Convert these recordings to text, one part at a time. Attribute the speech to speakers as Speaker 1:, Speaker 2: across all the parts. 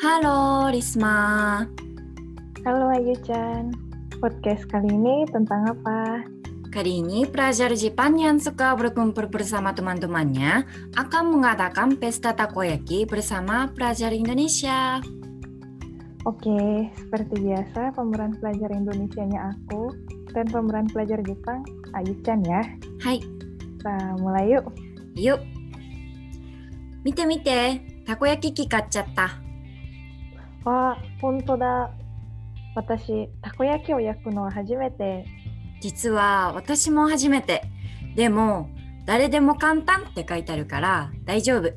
Speaker 1: Halo Risma.
Speaker 2: Halo Ayu Chan. Podcast kali ini tentang apa?
Speaker 1: Kali ini pelajar Jepang yang suka berkumpul bersama teman-temannya akan mengadakan pesta takoyaki bersama pelajar Indonesia.
Speaker 2: Oke, seperti biasa pemeran pelajar Indonesianya aku dan pemeran pelajar Jepang Ayu Chan ya.
Speaker 1: Hai,
Speaker 2: Nah, mulai yuk.
Speaker 1: よっ見て見て、たこ焼き器買っちゃった。
Speaker 2: わあ、本当だ。私、たこ焼きを焼くのは初めて。
Speaker 1: 実は私も初めて。でも、誰でも簡単って書いてあるから大丈夫。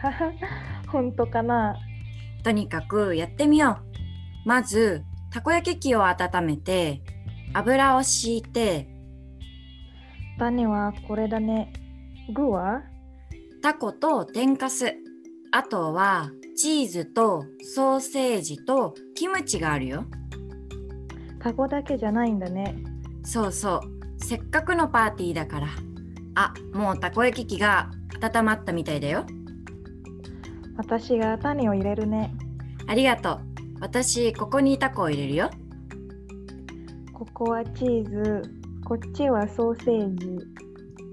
Speaker 2: はは本当かな
Speaker 1: とにかくやってみよう。まず、たこ焼き器を温めて、油を敷いて、
Speaker 2: 種はこれだね。具は
Speaker 1: タコと天かすあとはチーズとソーセージとキムチがあるよ
Speaker 2: タコだけじゃないんだね。
Speaker 1: そうそうせっかくのパーティーだからあもうたこ焼き器が温まったみたいだよ
Speaker 2: 私が種を入れるね。
Speaker 1: ありがとう私ここにタコを入れるよ
Speaker 2: ここはチーズ、こっちはソーセージ。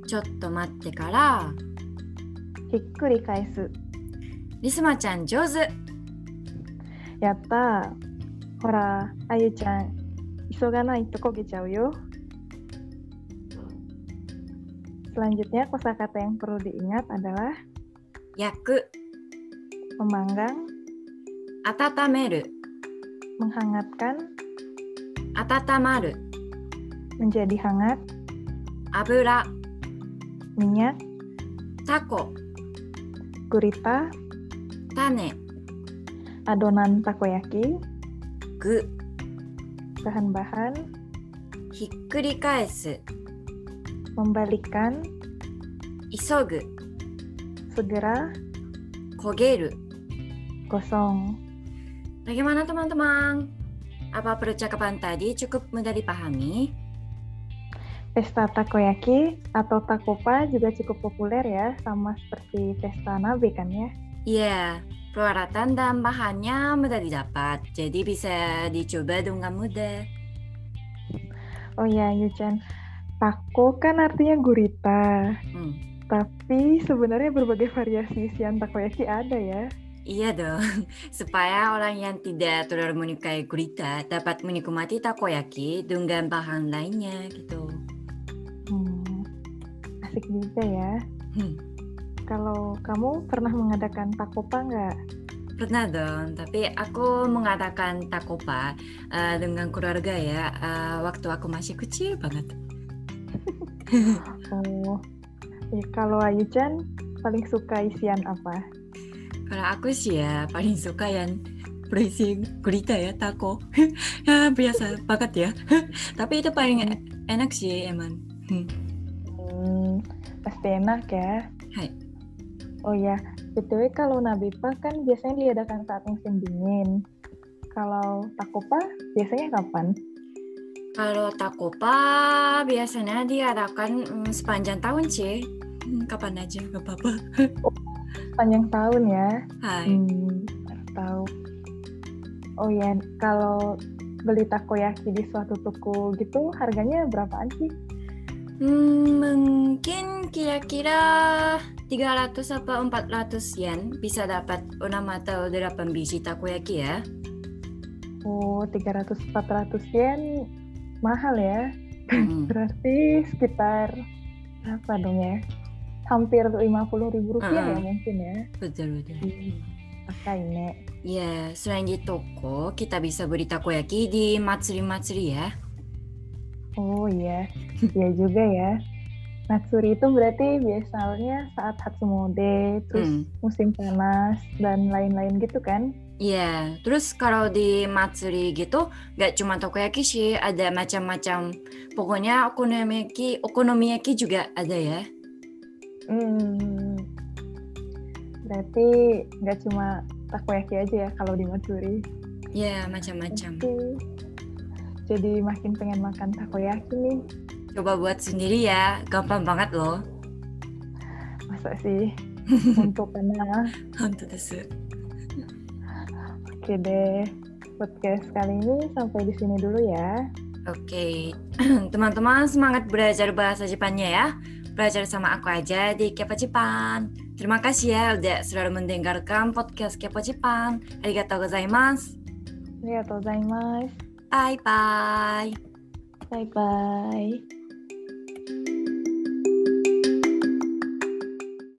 Speaker 1: ちょっと待ってから
Speaker 2: ひっくり返す。
Speaker 1: リスマちゃん上手
Speaker 2: やったーほら、あゆちゃん、急がないと焦げちゃうよ。Selanjutnya kosakata yang perlu diingat adalah
Speaker 1: 焼く
Speaker 2: memanggang,
Speaker 1: 温める
Speaker 2: menghangatkan,
Speaker 1: 温まる
Speaker 2: menjadi hangat,
Speaker 1: 油
Speaker 2: minyak,
Speaker 1: タコ
Speaker 2: gurita,
Speaker 1: 種
Speaker 2: adonan takoyaki,
Speaker 1: 具
Speaker 2: bahan-bahan,
Speaker 1: ひっくり返す
Speaker 2: membalikkan,
Speaker 1: 急ぐ
Speaker 2: segera,
Speaker 1: 焦げる。
Speaker 2: gosong.
Speaker 1: Bagaimana teman-teman? Apa percakapan tadi cukup mudah dipahami?
Speaker 2: Pesta takoyaki atau takopa juga cukup populer ya, sama seperti pesta nabe kan ya.
Speaker 1: Iya, peralatan dan bahannya mudah didapat, jadi bisa dicoba dengan mudah.
Speaker 2: Oh ya, Yuchan. Tako kan artinya gurita,
Speaker 1: Hmm,
Speaker 2: tapi sebenarnya berbagai variasi isian takoyaki ada ya.
Speaker 1: iya dong, supaya orang yang tidak terlalu menyukai gurita dapat menikmati takoyaki dengan bahan lainnya gitu.
Speaker 2: Hmm, asik juga ya.
Speaker 1: Hmm,
Speaker 2: Kalau kamu pernah mengadakan takopa nggak?
Speaker 1: pernah dong, tapi aku mengadakan takopa eh, dengan keluarga ya, eh, waktu aku masih kecil banget.
Speaker 2: Oh, ya, kalau Ayuchan paling suka isian apa?
Speaker 1: Kalau aku sih ya paling suka yang berisi gurita ya taco. Ya, Biasa banget ya. Tapi itu paling e- enak sih emang. Hmm.
Speaker 2: Hmm, pasti enak ya.
Speaker 1: Hai.
Speaker 2: Oh ya, btw kalau nabipa kan biasanya diadakan saat musim dingin. Kalau takopa biasanya kapan?
Speaker 1: Kalau takopa biasanya diadakan mm, sepanjang tahun sih. Hmm, Kapan aja gak apa-apa.
Speaker 2: Panjang tahun ya.
Speaker 1: Hai.
Speaker 2: Hmm, tahu. Oh ya, kalau beli takoyaki di suatu toko gitu harganya berapaan sih?
Speaker 1: Hmm, mungkin kira-kira 300 apa 400 yen bisa dapat 6 atau 8 biji takoyaki ya.
Speaker 2: Oh, 300-400 yen mahal ya.
Speaker 1: Hmm.
Speaker 2: Berarti sekitar berapa dong ya? Hampir 50 ribu rupiah ya
Speaker 1: Mm-mm.
Speaker 2: mungkin ya.
Speaker 1: Betul betul.
Speaker 2: Pakai ini.
Speaker 1: Ya, selain di toko, kita bisa beli takoyaki di matsuri-matsuri ya.
Speaker 2: Oh iya, iya juga ya. Natsuri itu berarti biasanya saat Hatsumode, terus
Speaker 1: Hmm.
Speaker 2: musim panas, dan lain-lain gitu kan?
Speaker 1: Iya, terus kalau di matsuri gitu, nggak cuma takoyaki sih, ada macam-macam. Pokoknya okonomiyaki, okonomiyaki juga ada ya.
Speaker 2: Hmm, berarti nggak cuma takoyaki aja ya kalau di Matsuri.
Speaker 1: Ya, macam-macam.
Speaker 2: Oke. Jadi makin pengen makan takoyaki nih,
Speaker 1: Coba buat sendiri ya, gampang banget loh.
Speaker 2: masa sih? Untuk karena
Speaker 1: Hantu desu.
Speaker 2: Oke deh, podcast kali ini sampai di sini dulu ya.
Speaker 1: Oke, teman-teman semangat belajar bahasa Jepangnya ya. Belajar sama aku aja di Kepo Jepang. Terima kasih ya udah selalu mendengarkan podcast Kepo Jepang. Arigatou gozaimasu.
Speaker 2: Arigatou gozaimasu.
Speaker 1: Bye bye.
Speaker 2: Bye bye.